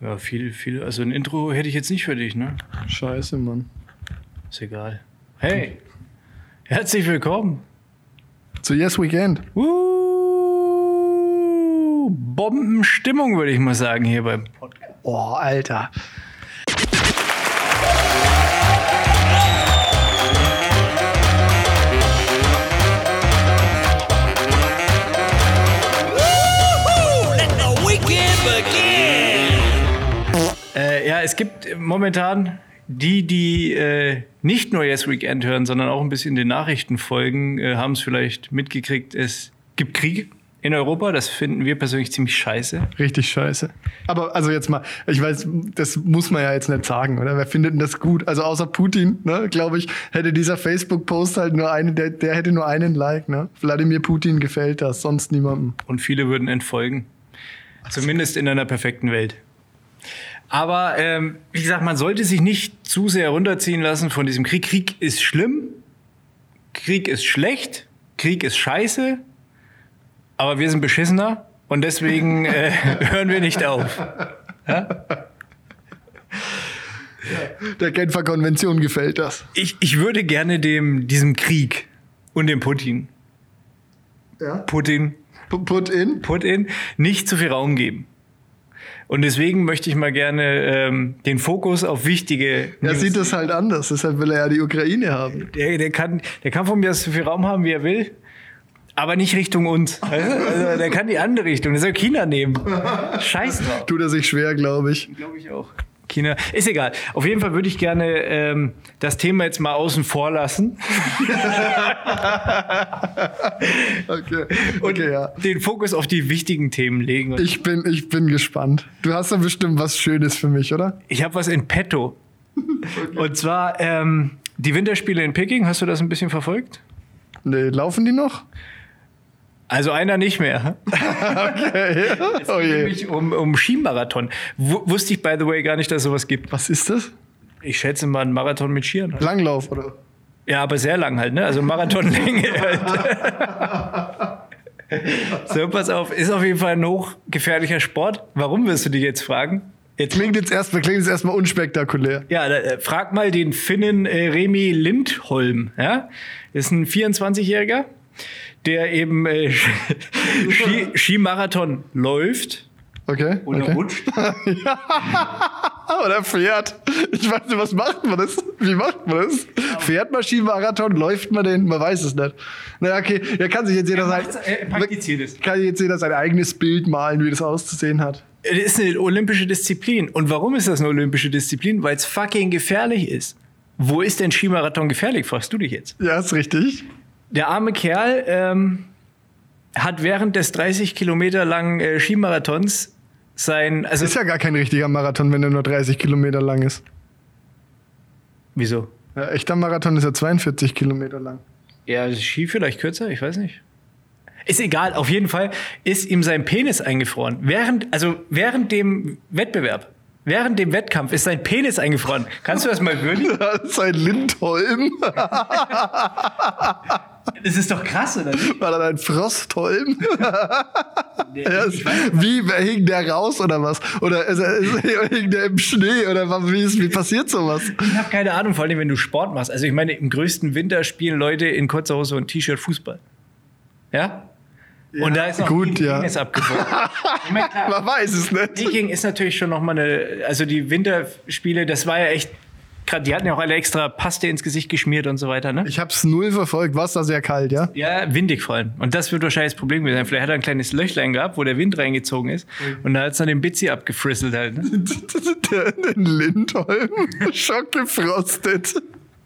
Ja, viel, viel. Also ein Intro hätte ich jetzt nicht für dich, ne? Scheiße, Mann. Ist egal. Hey, herzlich willkommen. Zu Yes Weekend. Uh, Bombenstimmung, würde ich mal sagen, hier beim Podcast. Oh, Alter. Äh, ja, es gibt momentan die, die äh, nicht nur Yes Weekend hören, sondern auch ein bisschen den Nachrichten folgen, äh, haben es vielleicht mitgekriegt. Es gibt Krieg in Europa. Das finden wir persönlich ziemlich scheiße. Richtig scheiße. Aber also jetzt mal, ich weiß, das muss man ja jetzt nicht sagen, oder? Wer findet denn das gut? Also außer Putin, ne, glaube ich, hätte dieser Facebook-Post halt nur einen, der, der hätte nur einen Like, ne? Wladimir Putin gefällt das, sonst niemandem. Und viele würden entfolgen. Zumindest in einer perfekten Welt. Aber ähm, wie gesagt, man sollte sich nicht zu sehr runterziehen lassen von diesem Krieg. Krieg ist schlimm, Krieg ist schlecht, Krieg ist scheiße, aber wir sind beschissener und deswegen äh, hören wir nicht auf. Der Genfer Konvention gefällt das. Ich, ich würde gerne dem, diesem Krieg und dem Putin, Ja. Putin, Put in. Putin nicht zu viel Raum geben. Und deswegen möchte ich mal gerne ähm, den Fokus auf wichtige. Er News- sieht das halt anders, deshalb will er ja die Ukraine haben. der, der, kann, der kann von mir aus so viel Raum haben, wie er will, aber nicht Richtung uns. Weißt du? Also, der kann die andere Richtung. Der soll China nehmen. Scheiß drauf. Tut er sich schwer, glaube ich. Glaube ich auch. China. Ist egal. Auf jeden Fall würde ich gerne ähm, das Thema jetzt mal außen vor lassen Okay. und Okay, ja. den Fokus auf die wichtigen Themen legen. Und Ich bin, ich bin gespannt. Du hast da bestimmt was Schönes für mich, oder? Ich habe was in petto. Und zwar ähm, die Winterspiele in Peking. Hast du das ein bisschen verfolgt? Nee, laufen die noch? Also einer nicht mehr. oh je. Nämlich um, um Skimarathon. Wu- wusste ich, by the way, gar nicht, dass sowas gibt. Was ist das? Ich schätze mal einen Marathon mit Skiern. Langlauf, oder? Ja, aber sehr lang halt, ne? Also Marathonlänge halt. so, pass auf, ist auf jeden Fall ein hochgefährlicher Sport. Warum wirst du dich jetzt fragen? Jetzt, Klingt jetzt erstmal, klingt jetzt erstmal unspektakulär. ja, da, äh, frag mal den Finnen äh, Remi Lindholm, ja? Ist ein 24-Jähriger, der eben äh, Ski- Skimarathon läuft. Okay. Oder okay. rutscht. Ah, oder fährt. Ich weiß nicht, was macht man das? Wie macht man das? Genau. Fährt man Skimarathon, läuft man den? Man weiß es nicht. Na okay, ja, kann sich jetzt jeder sein. macht's, er praktiziert es. Kann jetzt jeder sein eigenes Bild malen, wie das auszusehen hat. Es ist eine olympische Disziplin. Und warum ist das eine olympische Disziplin? Weil es fucking gefährlich ist. Wo ist denn Skimarathon gefährlich, fragst du dich jetzt? Ja, ist richtig. Der arme Kerl ähm, hat während des 30 Kilometer langen äh, Skimarathons sein. Also, Ist ja gar kein richtiger Marathon, wenn er nur 30 Kilometer lang ist. wieso? Ja, echter Marathon ist ja 42 Kilometer lang. Ja, das Ski vielleicht kürzer, ich weiß nicht. Ist egal, auf jeden Fall ist ihm sein Penis eingefroren. Während, also während dem Wettbewerb, während dem Wettkampf ist sein Penis eingefroren. Kannst du das mal würdigen? Das ist ein Lindholm. Das ist doch krass, oder nicht? War das ein Frostholm? Ja, ist- wie wer hing der raus oder was? Oder ist er, ist er, hing der im Schnee oder was, wie, ist, wie passiert sowas? Ich habe keine Ahnung, vor allem wenn du Sport machst. Also ich meine, im größten Winter spielen Leute in kurzer Hose und T-Shirt Fußball. Ja? und da ist noch gut, Peking ja. Peking ist abgefallen. ich meine, klar, Man weiß es nicht. Peking ist natürlich schon nochmal eine, also die Winterspiele, das war ja echt, grad- die hatten ja auch alle extra Paste ins Gesicht geschmiert und so weiter, ne? Ich hab's null verfolgt, war es da sehr kalt, ja? Ja, windig vor allem. Und das wird wahrscheinlich das Problem gewesen sein. Vielleicht hat er ein kleines Löchlein gehabt, wo der Wind reingezogen ist. Und da hat's dann den Bitzi abgefrisselt halt. Ne? Der, den Lindholm, schockgefrostet.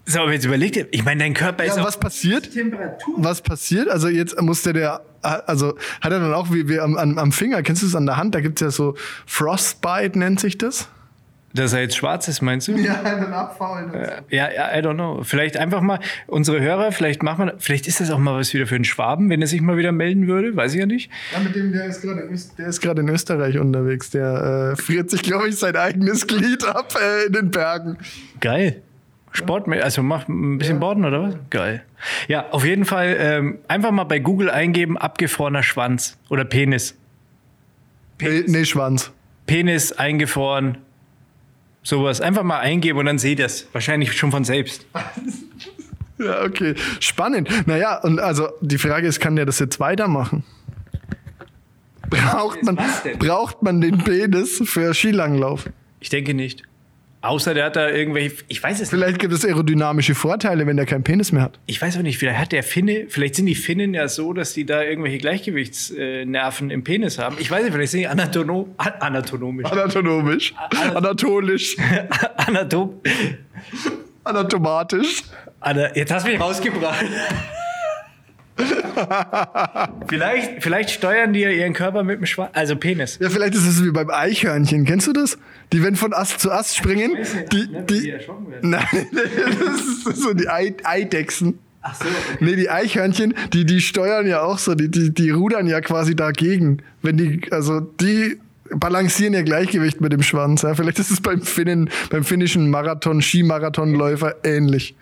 So, aber jetzt überleg dir, ich meine, dein Körper ist Ja, auf was passiert? Temperatur. Was passiert? Also jetzt muss der, der also hat er dann auch wie, wie am, am am Finger, kennst du es an der Hand, da gibt's ja so Frostbite, nennt sich das? Dass er jetzt schwarz ist, meinst du? Ja, dann abfaulen. Ja, ja, I don't know. Vielleicht einfach mal unsere Hörer, vielleicht machen wir, vielleicht ist das auch mal was wieder für einen Schwaben, wenn er sich mal wieder melden würde, weiß ich ja nicht. Ja, mit dem, der ist gerade in, Öst- der ist gerade in Österreich unterwegs. Der äh, friert sich, glaube ich, sein eigenes Glied ab äh, in den Bergen. Geil. Sport, also mach ein bisschen Borden oder was? Geil. Ja, auf jeden Fall ähm, einfach mal bei Google eingeben, abgefrorener Schwanz oder Penis. Nee, nee, Schwanz. Penis eingefroren, sowas. Einfach mal eingeben und dann seht ihr es. Wahrscheinlich schon von selbst. Ja, okay. Spannend. Naja, und also die Frage ist, kann der das jetzt weitermachen? Braucht man, Was denn? braucht man den Penis für Skilanglauf? Ich denke nicht. Außer der hat da irgendwelche. Ich weiß es nicht. Vielleicht gibt es aerodynamische Vorteile, wenn der keinen Penis mehr hat. Ich weiß auch nicht, vielleicht hat der Finne, vielleicht sind die Finnen ja so, dass die da irgendwelche Gleichgewichtsnerven im Penis haben. Ich weiß nicht, vielleicht sind die anatono, an- anatomisch. Anatomisch. Anatolisch. Anatom. Anatomatisch. Ana, jetzt hast du mich rausgebracht. vielleicht, vielleicht steuern die ja ihren Körper mit dem Schwanz, also Penis. Ja, vielleicht ist es wie beim Eichhörnchen. Kennst du das? Die, wenn von Ast zu Ast springen, weiß nicht, die, ne, wie die die, erschrocken werden. nein, das ist so die Ei- Eidechsen. Ach so. Nee, die Eichhörnchen, die, die steuern ja auch so, die, die, die rudern ja quasi dagegen. Wenn die, also die balancieren ihr Gleichgewicht mit dem Schwanz. Ja? Vielleicht ist es beim Finnen, beim finnischen Marathon, Skimarathonläufer ähnlich.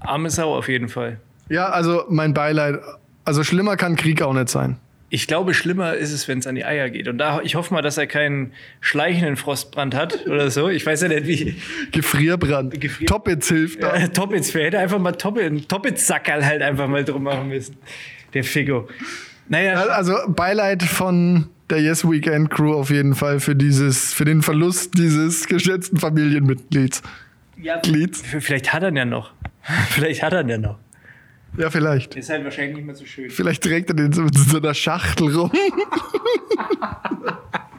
Arme Sau auf jeden Fall. Ja, also mein Beileid. Also schlimmer kann Krieg auch nicht sein. Ich glaube, schlimmer ist es, wenn es an die Eier geht. Und da, ich hoffe mal, dass er keinen schleichenden Frostbrand hat oder so. Ich weiß ja nicht, wie, Gefrierbrand. Gefrier- Toppitz hilft da. Äh, Toppitz, wer hätte einfach mal Toppitz, einen Toppitz-Sackerl halt einfach mal drum machen müssen. Der Figo. Naja, Also Beileid von der Yes Weekend Crew auf jeden Fall für dieses, für den Verlust dieses geschätzten Familienmitglieds. ja, Glieds. vielleicht hat er ihn ja noch. Vielleicht hat er ihn ja noch. Ja, vielleicht. Ist halt wahrscheinlich nicht mehr so schön. Vielleicht trägt er den so mit so einer Schachtel rum.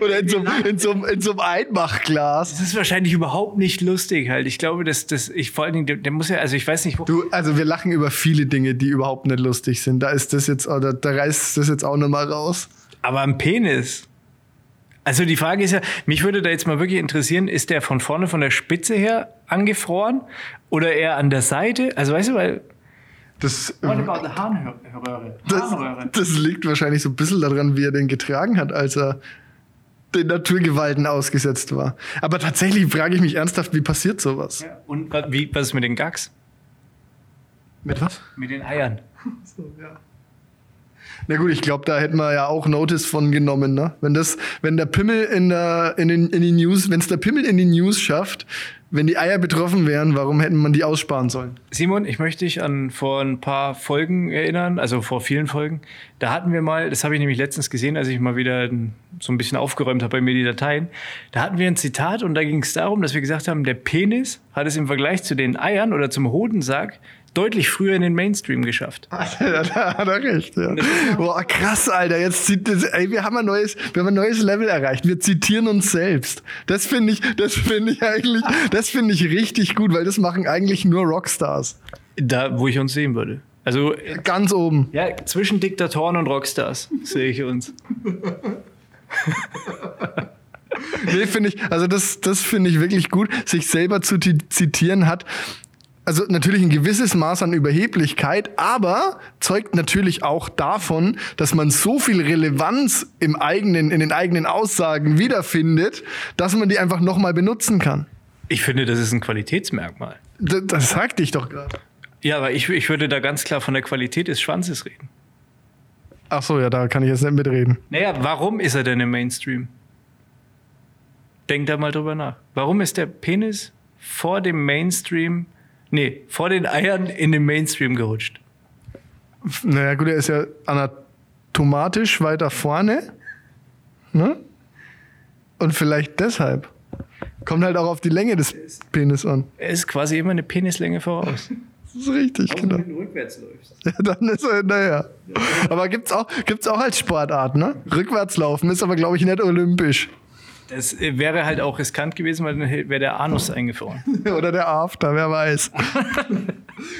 Oder in so, einem- in, so, einem- in so einem Einmachglas. Das ist wahrscheinlich überhaupt nicht lustig halt. Ich glaube, dass das, ich vor allen Dingen, der, der muss ja, also ich weiß nicht, wo. Du, also wir lachen über viele Dinge, die überhaupt nicht lustig sind. Da ist das jetzt, oder da reißt das jetzt auch nochmal raus. Aber am Penis. Also die Frage ist ja, mich würde da jetzt mal wirklich interessieren, ist der von vorne von der Spitze her angefroren oder eher an der Seite? Also weißt du, weil. Das, about the Harnröhre? das, das liegt wahrscheinlich so ein bisschen daran, wie er den getragen hat, als er den Naturgewalten ausgesetzt war. Aber tatsächlich frage ich mich ernsthaft, wie passiert sowas? Und wa- wie, was ist mit den Gags? Mit was? Mit den Eiern. Na gut, ich glaube, da hätten wir ja auch Notice von genommen, ne? Wenn das, wenn der Pimmel in der, in den, in die News, wenn es der Pimmel in die News schafft, wenn die Eier betroffen wären, warum hätten man die aussparen sollen? Simon, ich möchte dich an vor ein paar Folgen erinnern, also vor vielen Folgen. Da hatten wir mal, das habe ich nämlich letztens gesehen, als ich mal wieder so ein bisschen aufgeräumt habe bei mir die Dateien. Da hatten wir ein Zitat und da ging es darum, dass wir gesagt haben, der Penis hat es im Vergleich zu den Eiern oder zum Hodensack deutlich früher in den Mainstream geschafft. Alter, da hat er recht, ja. Boah, krass, Alter. Jetzt zieht das, ey, wir haben ein neues, wir haben ein neues Level erreicht. Wir zitieren uns selbst. Das finde ich, das finde ich eigentlich, das finde ich richtig gut, weil das machen eigentlich nur Rockstars. Da, wo ich uns sehen würde. Also, äh, Ganz oben. ja, zwischen Diktatoren und Rockstars sehe ich uns. Nee, finde ich, also das, das finde ich wirklich gut. Sich selber zu ti- zitieren hat, also natürlich ein gewisses Maß an Überheblichkeit, aber zeugt natürlich auch davon, dass man so viel Relevanz im eigenen, in den eigenen Aussagen wiederfindet, dass man die einfach nochmal benutzen kann. Ich finde, das ist ein Qualitätsmerkmal. Das, das sagte ich doch gerade. Ja, aber ich, ich würde da ganz klar von der Qualität des Schwanzes reden. Ach so, ja, da kann ich jetzt nicht mitreden. Naja, warum ist er denn im Mainstream? Denk da mal drüber nach. Warum ist der Penis vor dem Mainstream, nee, vor den Eiern in den Mainstream gerutscht? Naja, gut, er ist ja anatomatisch weiter vorne. Ne? Und vielleicht deshalb. Kommt halt auch auf die Länge des Penis an. Er ist quasi immer eine Penislänge voraus. Das ist richtig, Oh. genau. rückwärts läufst. Ja, dann ist er, naja. Aber gibt's auch, gibt's auch als Sportart, ne? Rückwärtslaufen ist aber, glaube ich, nicht olympisch. Das äh, wäre halt auch riskant gewesen, weil dann wäre der Anus eingefroren. Oder der After, wer weiß.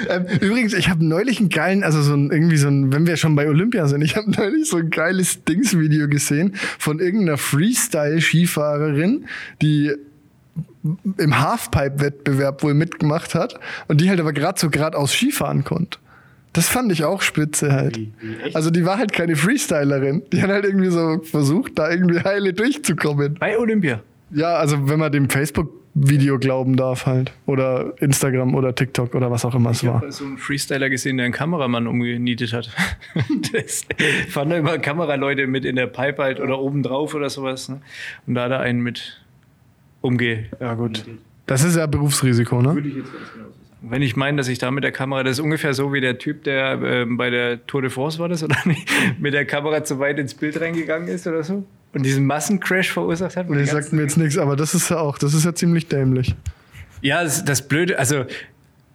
ähm, übrigens, ich habe neulich einen geilen, also so ein, irgendwie so ein, wenn wir schon bei Olympia sind, ich habe neulich so ein geiles Dings-Video gesehen von irgendeiner Freestyle-Skifahrerin, die im Halfpipe-Wettbewerb wohl mitgemacht hat und die halt aber gerade so geradeaus Skifahren konnte. Das fand ich auch spitze halt. also die war halt keine Freestylerin. Die hat halt irgendwie so versucht, da irgendwie heile durchzukommen. Bei Olympia. Ja, also wenn man dem Facebook Video glauben darf halt. Oder Instagram oder TikTok oder was auch immer es Ich war. habe so einen Freestyler gesehen, der einen Kameramann umgenietet hat. das fahren da immer Kameraleute mit in der Pipe halt oder obendrauf oder sowas. Ne? Und da hat er einen mit umge. Ja gut. Das ist ja Berufsrisiko, ne? Würde ich jetzt ganz genau so sagen. Wenn ich meine, dass ich da mit der Kamera, das ist ungefähr so wie der Typ, der ähm, bei der Tour de France war das, oder nicht, mit der Kamera zu weit ins Bild reingegangen ist oder so und diesen Massencrash verursacht hat. wo Nee, die sagt ganzen- mir jetzt nichts, aber das ist ja auch, das ist ja ziemlich dämlich. Ja, das, das Blöde, also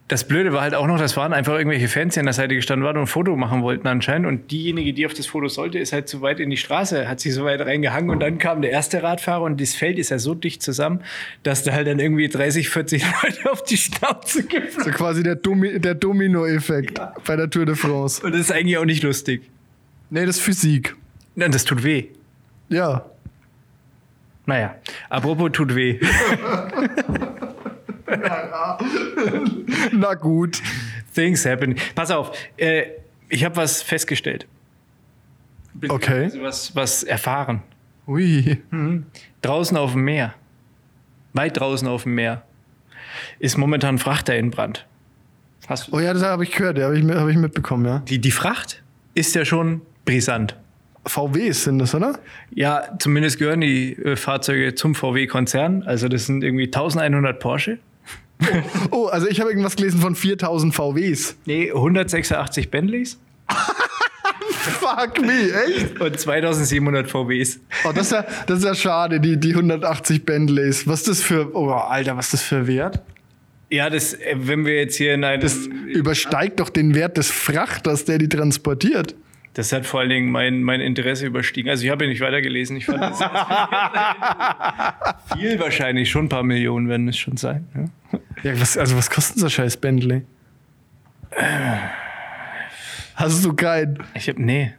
das Blöde war halt auch noch, das waren einfach irgendwelche Fans, die an der Seite gestanden waren und ein Foto machen wollten anscheinend. Und diejenige, die auf das Foto sollte, ist halt zu weit in die Straße, hat sich so weit reingehangen und dann kam der erste Radfahrer und das Feld ist ja so dicht zusammen, dass da halt dann irgendwie 30, 40 Leute auf die Schnauze geflogen So quasi der, Domi der Domino-Effekt bei der Tour de France. Und das ist eigentlich auch nicht lustig. Nee, das ist Physik. Nein, das tut weh. Ja. Naja, apropos tut weh. Na gut. Things happen. Pass auf, äh, ich habe was festgestellt. Okay. Also Was, was erfahren. Ui. Draußen auf dem Meer, weit draußen auf dem Meer, ist momentan ein Frachter in Brand. Hast du Oh ja, das habe ich gehört, ja, habe ich, mi- hab ich mitbekommen, ja. die, die Fracht ist ja schon brisant. VWs sind das, oder? Ja, zumindest gehören die äh, Fahrzeuge zum VW-Konzern. Also das sind irgendwie 1100 Porsche. Oh, also ich habe irgendwas gelesen von 4000 VWs. Nee, 186 Bentleys Fuck me, echt? und 2700 VWs. Oh, das ist ja, das ist ja schade, die, die 180 Bentleys. Was ist das für, oh, Alter, was ist das für Wert? Ja, das, äh, wenn wir jetzt hier in einem... Das übersteigt doch den Wert des Frachters, der die transportiert. Das hat vor allen Dingen mein, mein Interesse überstiegen. Also ich habe ja nicht weitergelesen. Ich fand das viel wahrscheinlich, schon ein paar Millionen werden es schon sein. Ja. Ja, was, also was kostet so scheiß Bentley? Hast du keinen? Ich habe, nee,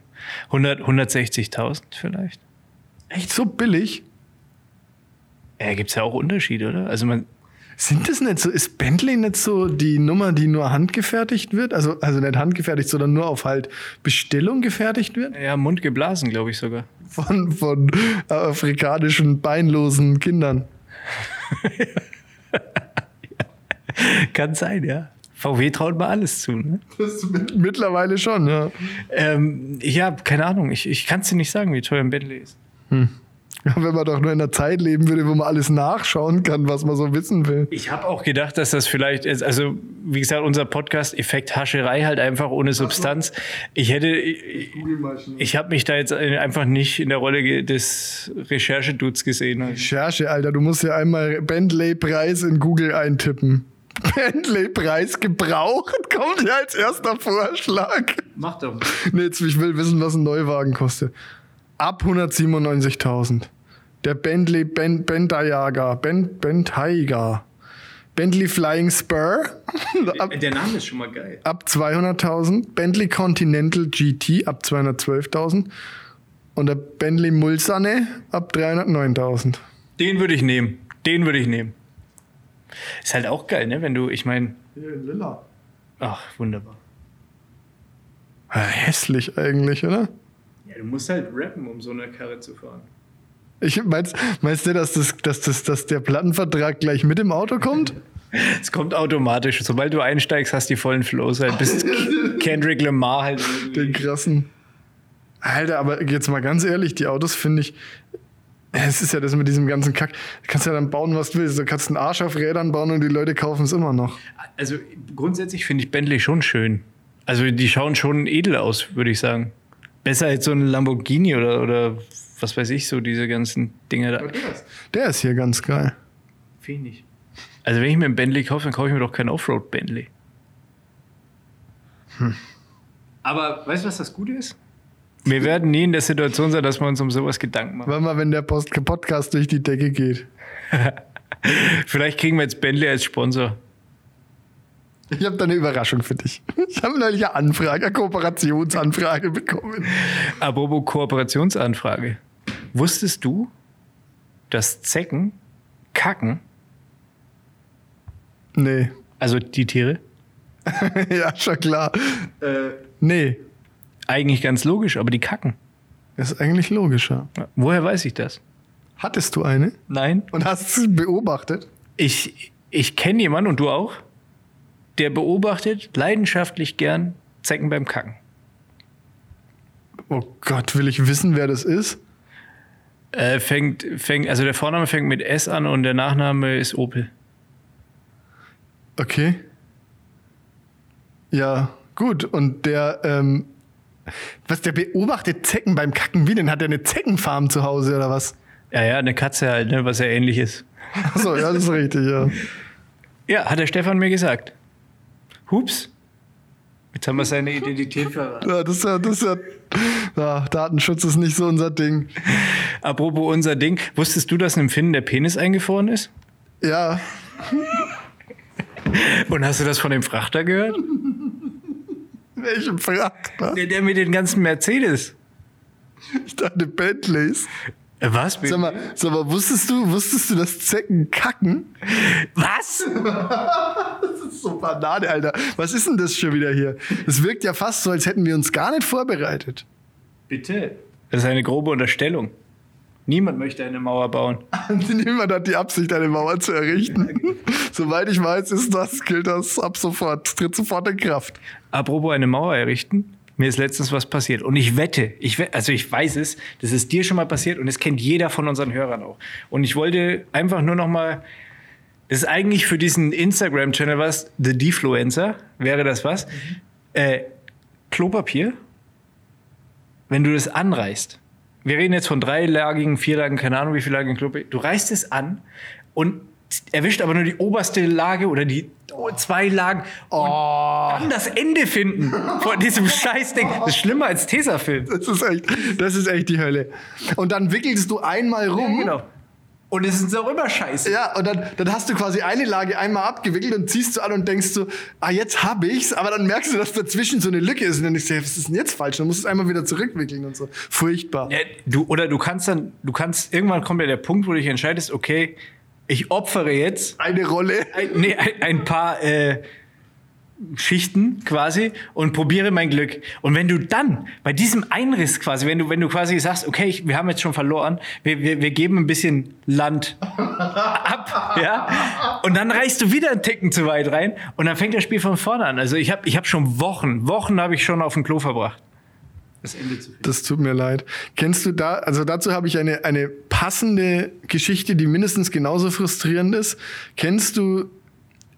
100 160.000 vielleicht. Echt so billig? Äh, Gibt es ja auch Unterschiede, oder? Also man, Sind das nicht so, ist Bentley nicht so die Nummer, die nur handgefertigt wird? Also, also nicht handgefertigt, sondern nur auf halt Bestellung gefertigt wird? ja, Mund geblasen, glaube ich sogar. Von, von äh, afrikanischen, beinlosen Kindern. Kann sein, ja. VW traut mal alles zu, ne? Das mit, mittlerweile schon, ja. Ähm, ja, keine Ahnung. Ich, ich kann es dir nicht sagen, wie teuer ein Bentley ist. Ja, Wenn man doch nur in einer Zeit leben würde, wo man alles nachschauen kann, was man so wissen will. Ich habe auch gedacht, dass das vielleicht ist, also wie gesagt, unser Podcast Effekt Hascherei halt einfach ohne Substanz. Ich hätte, ich, ich habe mich da jetzt einfach nicht in der Rolle ge- des Recherchedudes gesehen. Also, Recherche, Alter, du musst ja einmal Bentley-Preis in Google eintippen. Bentley-Preis gebraucht kommt ja als erster Vorschlag. Mach doch. Nee, jetzt, ich will wissen, was ein Neuwagen kostet. Ab 197.000. Der Bentley ben, Bentayga. Ben, Bentayga. Bentley Flying Spur. ab, Der Name ist schon mal geil. ab 200.000. Bentley Continental GT ab 212.000. Und der Bentley Mulsanne ab 309.000. Den würde ich nehmen. Den würde ich nehmen. Ist halt auch geil, ne? Wenn du, ich meine, Lilla. ach, wunderbar. Ja, Ah, Hässlich eigentlich, oder? Ja, du musst halt rappen, um so eine Karre zu fahren. Ich meinst, meinst du, dass, das, dass, das, dass der Plattenvertrag gleich mit im Auto kommt? Es kommt automatisch. Sobald du einsteigst, hast die vollen Flows halt. Bist Kendrick Lamar halt. irgendwie. Den krassen. Alter, aber jetzt mal ganz ehrlich, die Autos finde ich. Es ist ja das mit diesem ganzen Kack. Du kannst ja dann bauen, was du willst. Du kannst einen Arsch auf Rädern bauen und die Leute kaufen es immer noch. Also grundsätzlich finde ich Bentley schon schön. Also die schauen schon edel aus, würde ich sagen. Besser als so ein Lamborghini oder, oder was weiß ich, so diese ganzen Dinge da. Der ist hier ganz geil. Finde ich. Also wenn ich mir einen Bentley kaufe, dann kaufe ich mir doch keinen Offroad-Bentley. Hm. Aber weißt du, was das Gute ist? Wir werden nie in der Situation sein, dass wir uns um sowas Gedanken machen. Warte mal, wenn der Post Podcast durch die Decke geht. Vielleicht kriegen wir jetzt Bentley als Sponsor. Ich habe da eine Überraschung für dich. Ich habe neulich eine Anfrage, eine Kooperationsanfrage bekommen. Apropos Kooperationsanfrage. Wusstest du, dass Zecken kacken, Nee. also die Tiere, ja, schon klar. Nee. eigentlich ganz logisch, aber die kacken. Ist eigentlich logischer. Woher weiß ich das? Hattest du eine Nein? und hast sie beobachtet? ich, ich kenne jemanden und du auch, der beobachtet leidenschaftlich gern Zecken beim Kacken. Oh Gott, will ich wissen, wer das ist? Äh, fängt, fängt, also der Vorname fängt mit S an und der Nachname ist Opel. Okay. Ja, gut. Und der, ähm, was, der beobachtet Zecken beim Kacken. Wie denn? Hat er eine Zeckenfarm zu Hause oder was? Ja, ja, eine Katze halt, ne, was ja ähnlich ist. Achso, ja, das ist richtig, ja. Ja, hat der Stefan mir gesagt. Hups. Jetzt haben wir seine Identität verraten. ja das ist ja, das ist ja, ja, Datenschutz ist nicht so unser Ding. Apropos unser Ding, wusstest du, dass einem Finnen der Penis eingefroren ist? Ja. Und hast du das von dem Frachter gehört? Welchen Frachter? Der, der mit den ganzen Mercedes. Ich dachte Bentleys. Äh, Was? Sag mal, sag mal, wusstest du, wusstest du, dass Zecken kacken? Was? Das ist so Banane, Alter. Was ist denn das schon wieder hier? Das wirkt ja fast so, als hätten wir uns gar nicht vorbereitet. Bitte. Das ist eine grobe Unterstellung. Niemand möchte eine Mauer bauen. Niemand hat die Absicht, eine Mauer zu errichten. Soweit ich weiß, ist das, gilt das ab sofort, tritt sofort in Kraft. Apropos eine Mauer errichten. Mir ist letztens was passiert. Und ich wette, ich wette, also ich weiß es, das ist dir schon mal passiert und es kennt jeder von unseren Hörern auch. Und ich wollte einfach nur noch mal, das ist eigentlich für diesen Instagram-Channel was, The Defluencer, wäre das was. Äh, Klopapier, wenn du das anreißt, wir reden jetzt von dreilagigen, vierlagigen, keine Ahnung wie viel lagigen Klopapier, du reißt es an und erwischt aber nur die oberste Lage oder die oh, zwei Lagen Oh. kann um das Ende finden von diesem Scheißding. Das ist schlimmer als Tesafilm. Das ist echt, das ist echt die Hölle. Und dann wickelst du einmal rum. genau. Und es ist auch immer scheiße. Ja, und dann, dann hast du quasi eine Lage einmal abgewickelt und ziehst du an und denkst so, ah, jetzt hab ich's, aber dann merkst du, dass dazwischen so eine Lücke ist. Und dann denkst du, ja, was ist denn jetzt falsch? Dann musst du es einmal wieder zurückwickeln und so. Furchtbar. Ja, du, oder du kannst dann, du kannst, irgendwann kommt ja der Punkt, wo du dich entscheidest, okay, ich opfere jetzt Eine Rolle. ein, nee, ein, ein paar äh, Schichten quasi und probiere mein Glück. Und wenn du dann bei diesem Einriss quasi, wenn du, wenn du quasi sagst, okay, ich, wir haben jetzt schon verloren, wir, wir, wir geben ein bisschen Land ab, ja, und dann reichst du wieder einen Ticken zu weit rein und dann fängt das Spiel von vorne an. Also ich habe ich hab schon Wochen, Wochen habe ich schon auf dem Klo verbracht. Das Ende zu Das tut mir leid. Kennst du da, also dazu habe ich eine, eine passende Geschichte, die mindestens genauso frustrierend ist. Kennst du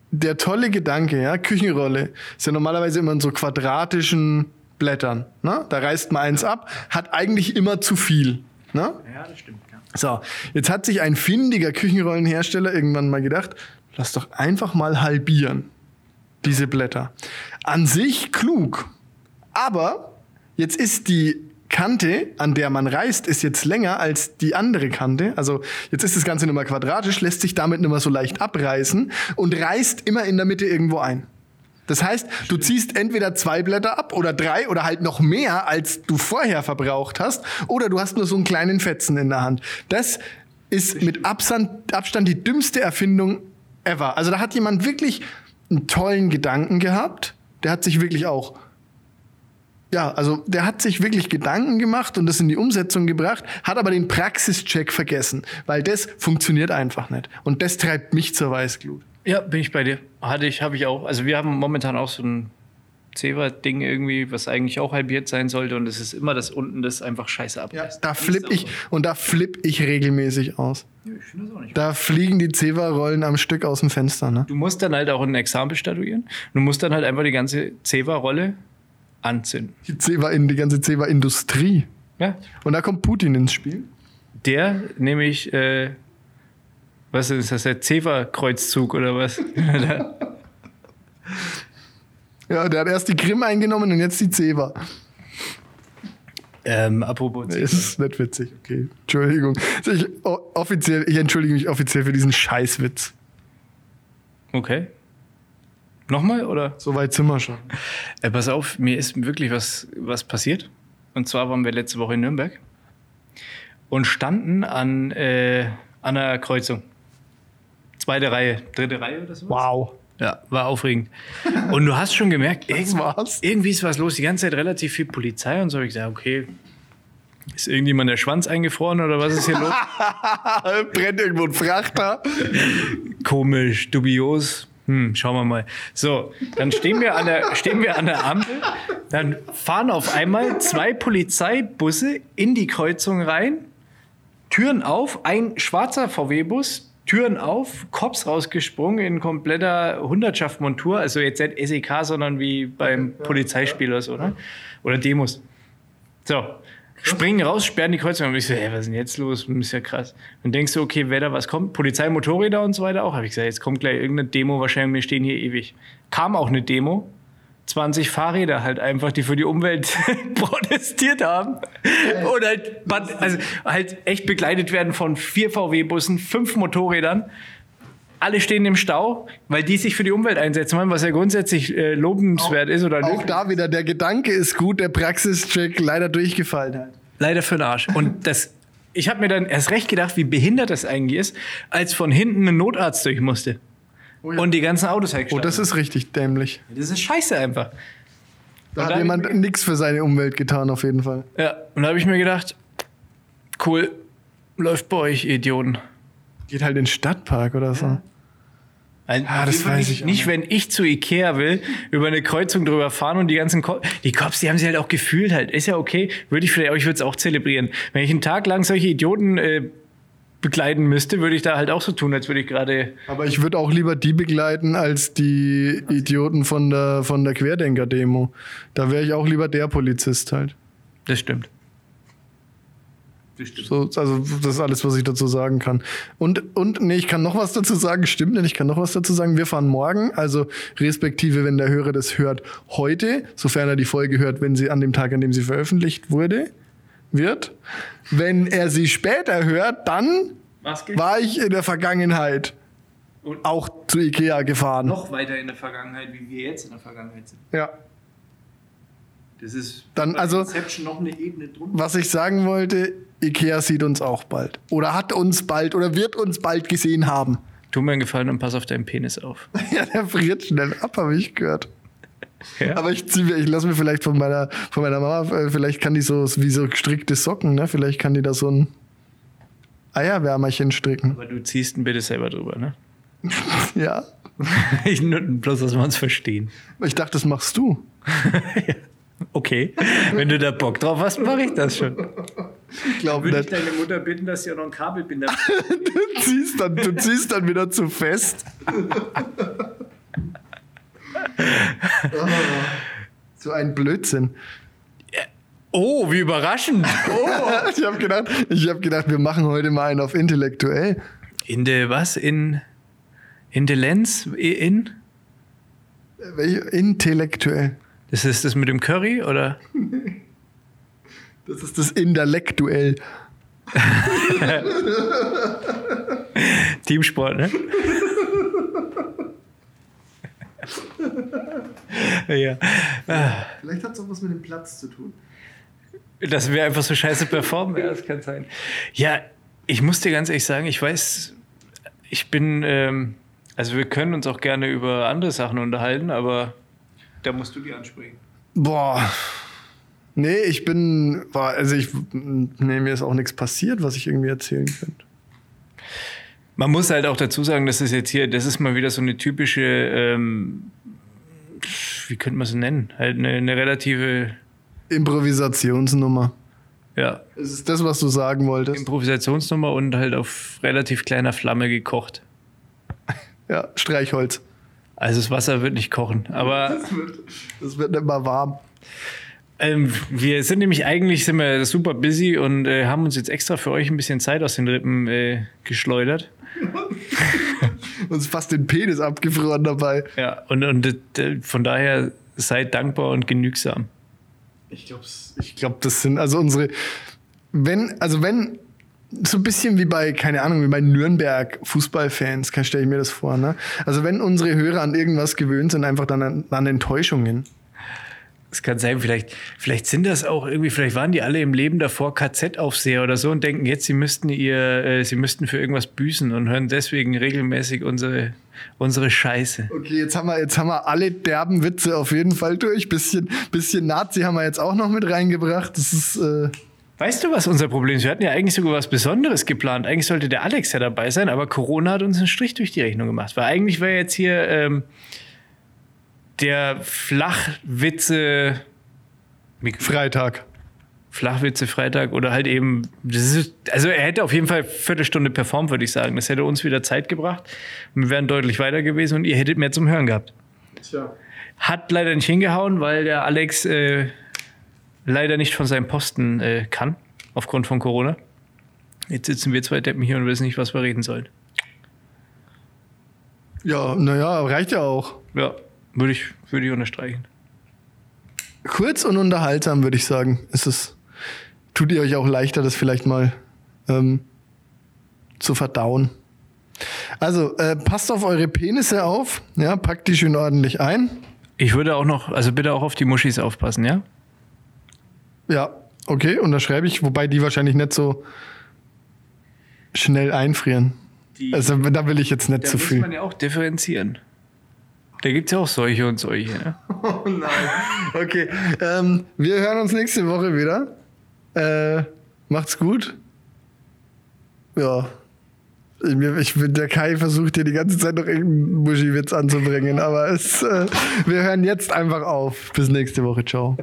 der tolle Gedanke, ja, Küchenrolle, ist ja normalerweise immer in so quadratischen Blättern. Ne? Da reißt man eins ab, hat eigentlich immer zu viel. Ne? Ja, das stimmt. Ja. So, jetzt hat sich ein findiger Küchenrollenhersteller irgendwann mal gedacht, lass doch einfach mal halbieren, diese Blätter. An sich klug, aber jetzt ist die Kante, an der man reißt, ist jetzt länger als die andere Kante. Also jetzt ist das Ganze nicht mehr quadratisch, lässt sich damit nicht mehr so leicht abreißen und reißt immer in der Mitte irgendwo ein. Das heißt, du ziehst entweder zwei Blätter ab oder drei oder halt noch mehr, als du vorher verbraucht hast, oder du hast nur so einen kleinen Fetzen in der Hand. Das ist mit Abstand, Abstand die dümmste Erfindung ever. Also da hat jemand wirklich einen tollen Gedanken gehabt. Der hat sich wirklich auch ja, also der hat sich wirklich Gedanken gemacht und das in die Umsetzung gebracht, hat aber den Praxischeck vergessen, weil das funktioniert einfach nicht. Und das treibt mich zur Weißglut. Ja, bin ich bei dir. Hatte ich, habe ich auch. Also wir haben momentan auch so ein Zewa-Ding irgendwie, was eigentlich auch halbiert sein sollte. Und es ist immer das unten, das einfach scheiße Ja, abreißt. da flipp ich und da flipp ich regelmäßig aus. ich finde das auch nicht. Da fliegen die Zewa-Rollen am Stück aus dem Fenster, ne? Du musst dann halt auch ein Exempel statuieren. Du musst dann halt einfach die ganze Zewa-Rolle anzünden. Die Zewa in die ganze Zewa-Industrie. Ja. Und da kommt Putin ins Spiel. Der nämlich, äh, was ist das, der Zewa-Kreuzzug oder was? Ja, der hat erst die Krim eingenommen und jetzt die Zewa. ähm, apropos Es ist nicht witzig, okay. Entschuldigung. Ich, o- offiziell, ich entschuldige mich offiziell für diesen Scheißwitz. Okay. Nochmal oder? So weit sind wir schon. Äh, pass auf, mir ist wirklich was, was passiert. Und zwar waren wir letzte Woche in Nürnberg und standen an, äh, an einer Kreuzung. Zweite Reihe, dritte Reihe oder so. Wow. Ja, war aufregend. Und du hast schon gemerkt, irgend- war's? irgendwie ist was los. Die ganze Zeit relativ viel Polizei und so. Hab Ich gesagt, okay, ist irgendjemand der Schwanz eingefroren oder was ist hier los? Brennt irgendwo ein Frachter. komisch, dubios. Hm, schauen wir mal. So, dann stehen wir an der, stehen wir an der Ampel. Dann fahren auf einmal zwei Polizeibusse in die Kreuzung rein. Türen auf, ein schwarzer VW-Bus, Türen auf, Cops rausgesprungen in kompletter Hundertschaft-Montur. Also jetzt nicht SEK, sondern wie beim Polizeispiel oder so, ne? Oder Demos. So, springen raus, sperren die Kreuzung. Und ich so, ey, was ist denn jetzt los? Das ist ja krass. Und denkst du, okay, wer da was kommt? Polizei, Motorräder und so weiter auch. Habe ich gesagt, jetzt kommt gleich irgendeine Demo, wahrscheinlich, wir stehen hier ewig. Kam auch eine Demo. 20 Fahrräder halt einfach, die für die Umwelt protestiert haben. Und halt, ban- also halt echt begleitet werden von vier VW-Bussen, fünf Motorrädern. Alle stehen im Stau, weil die sich für die Umwelt einsetzen wollen, was ja grundsätzlich äh, lobenswert ist oder Auch da wieder, der Gedanke ist gut, der Praxischeck leider durchgefallen hat. leider für den Arsch. Und das, ich habe mir dann erst recht gedacht, wie behindert das eigentlich ist, als von hinten ein Notarzt durch musste. Oh ja. Und die ganzen Autos halt Oh, das gestanden ist richtig dämlich. sind. das ist scheiße einfach. Und Da hat dann- jemand nichts für seine Umwelt getan, auf jeden Fall. Ja, und da habe ich mir gedacht, cool, läuft bei euch, ihr Idioten. Geht halt in den Stadtpark oder so. Ah, das weiß ich auch Nicht, wenn ich zu Ikea will, über eine Kreuzung drüber fahren und die ganzen Co die Cops, die haben sie halt auch gefühlt halt. Ist ja okay. Würde ich vielleicht, aber ich würde es auch zelebrieren. Wenn ich einen Tag lang solche Idioten äh, begleiten müsste, würde ich da halt auch so tun, als würde ich gerade Aber ich würde auch lieber die begleiten als die Idioten von der, von der Querdenker-Demo. Da wäre ich auch lieber der Polizist halt. Das stimmt. So, also das ist alles, was ich dazu sagen kann. Und, und nee, ich kann noch was dazu sagen. Stimmt, denn ich kann noch was dazu sagen. Wir fahren morgen, also respektive, wenn der Hörer das hört, heute, sofern er die Folge hört, wenn sie an dem Tag, an dem sie veröffentlicht wurde, wird. Wenn er sie später hört, dann Maske? war ich in der Vergangenheit Und- auch zu Ikea gefahren. Noch weiter in der Vergangenheit, wie wir jetzt in der Vergangenheit sind. Ja. Das ist Dann bei also- Inception noch eine Ebene drunter. Was ich sagen wollte, Ikea sieht uns auch bald. Oder hat uns bald oder wird uns bald gesehen haben. Tu mir einen Gefallen und pass auf deinen Penis auf. Ja, der friert schnell ab, habe ich gehört. Ja. Aber ich ziehe mir, ich lasse mir vielleicht von meiner, von meiner Mama, äh, vielleicht kann die so wie so gestrickte Socken, ne? Vielleicht kann die da so ein Eierwärmerchen stricken. Aber du ziehst ihn bitte selber drüber, ne? Ja. Ich nur, bloß, dass wir uns verstehen. Ich dachte, das machst du. Okay, wenn du da Bock drauf hast, mache ich das schon. Ich glaube nicht. deine Mutter bitten, dass sie auch noch einen Kabelbinder Du ziehst, dann, du ziehst dann wieder zu fest. so ein Blödsinn. Oh, wie überraschend. Ich habe gedacht, ich hab gedacht, wir machen heute mal einen auf intellektuell. In de, was? In, in de Lenz? In? Welch- Äh, Intellektuell. Das ist das mit dem Curry, oder? Das ist das Intellektuell. Teamsport, ne? ja. Vielleicht hat es auch was mit dem Platz zu tun. Dass wir einfach so scheiße performen, ja, das kann sein. Ja, ich muss dir ganz ehrlich sagen, ich weiß, ich bin, ähm, also wir können uns auch gerne über andere Sachen unterhalten, aber da musst du die ansprechen. Boah. Nee, ich bin. War, also ich. Nee, mir ist auch nichts passiert, was ich irgendwie erzählen könnte. Man muss halt auch dazu sagen, dass es jetzt hier, das ist mal wieder so eine typische, ähm, wie könnte man es nennen? Halt eine, eine relative, Improvisationsnummer. ja, Ist es das, was du sagen wolltest? Improvisationsnummer und halt auf relativ kleiner Flamme gekocht. Ja, Streichholz. Also das Wasser wird nicht kochen, aber Das wird nicht mal warm. Ähm, wir sind nämlich eigentlich sind wir super busy und äh, haben uns jetzt extra für euch ein bisschen Zeit aus den Rippen äh, geschleudert. Uns ist fast den Penis abgefroren dabei. Ja. Und, und äh, von daher seid dankbar und genügsam. Ich glaub's. Ich glaub, das sind also unsere. Wenn, also wenn, so ein bisschen wie bei, keine Ahnung, wie bei Nürnberg Fußballfans, stelle ich mir das vor, ne? Also wenn unsere Hörer an irgendwas gewöhnt sind, einfach dann an, an Enttäuschungen. Es kann sein, vielleicht, vielleicht sind das auch irgendwie, vielleicht waren die alle im Leben davor KZ-Aufseher oder so und denken jetzt, sie müssten ihr, äh, sie müssten für irgendwas büßen und hören deswegen regelmäßig unsere, unsere Scheiße. Okay, jetzt haben wir, jetzt haben wir alle derben Witze auf jeden Fall durch. Bisschen, bisschen Nazi haben wir jetzt auch noch mit reingebracht. Das ist, äh, Weißt du, was unser Problem ist? Wir hatten ja eigentlich sogar was Besonderes geplant. Eigentlich sollte der Alex ja dabei sein, aber Corona hat uns einen Strich durch die Rechnung gemacht. Weil eigentlich war jetzt hier ähm, der Flachwitze. Mik- Freitag. Flachwitze Freitag oder halt eben, das ist, also er hätte auf jeden Fall Viertelstunde performt, würde ich sagen. Das hätte uns wieder Zeit gebracht. Wir wären deutlich weiter gewesen und ihr hättet mehr zum Hören gehabt. Tja. Hat leider nicht hingehauen, weil der Alex äh, leider nicht von seinem Posten äh, kann, aufgrund von Corona. Jetzt sitzen wir zwei Deppen hier und wissen nicht, was wir reden sollen. Ja, naja, reicht ja auch. Ja, würde ich, würde ich unterstreichen. Kurz und unterhaltsam, würde ich sagen. Ist es, tut ihr euch auch leichter, das vielleicht mal ähm, zu verdauen. Also, äh, passt auf eure Penisse auf, ja, packt die schön ordentlich ein. Ich würde auch noch, also bitte auch auf die Muschis aufpassen, ja? Ja, okay, unterschreibe ich, wobei die wahrscheinlich nicht so schnell einfrieren. Also, da will ich jetzt nicht da zu muss viel. man ja auch differenzieren. Da gibt es ja auch solche und solche. Ne? Oh nein. Okay. Ähm, wir hören uns nächste Woche wieder. Äh, macht's gut. Ja. Ich, mir- ich, bin- der Kai versucht hier die ganze Zeit noch irgendeinen Muschi-Witz anzubringen, aber es, äh, wir hören jetzt einfach auf. Bis nächste Woche. Ciao.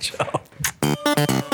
Ciao.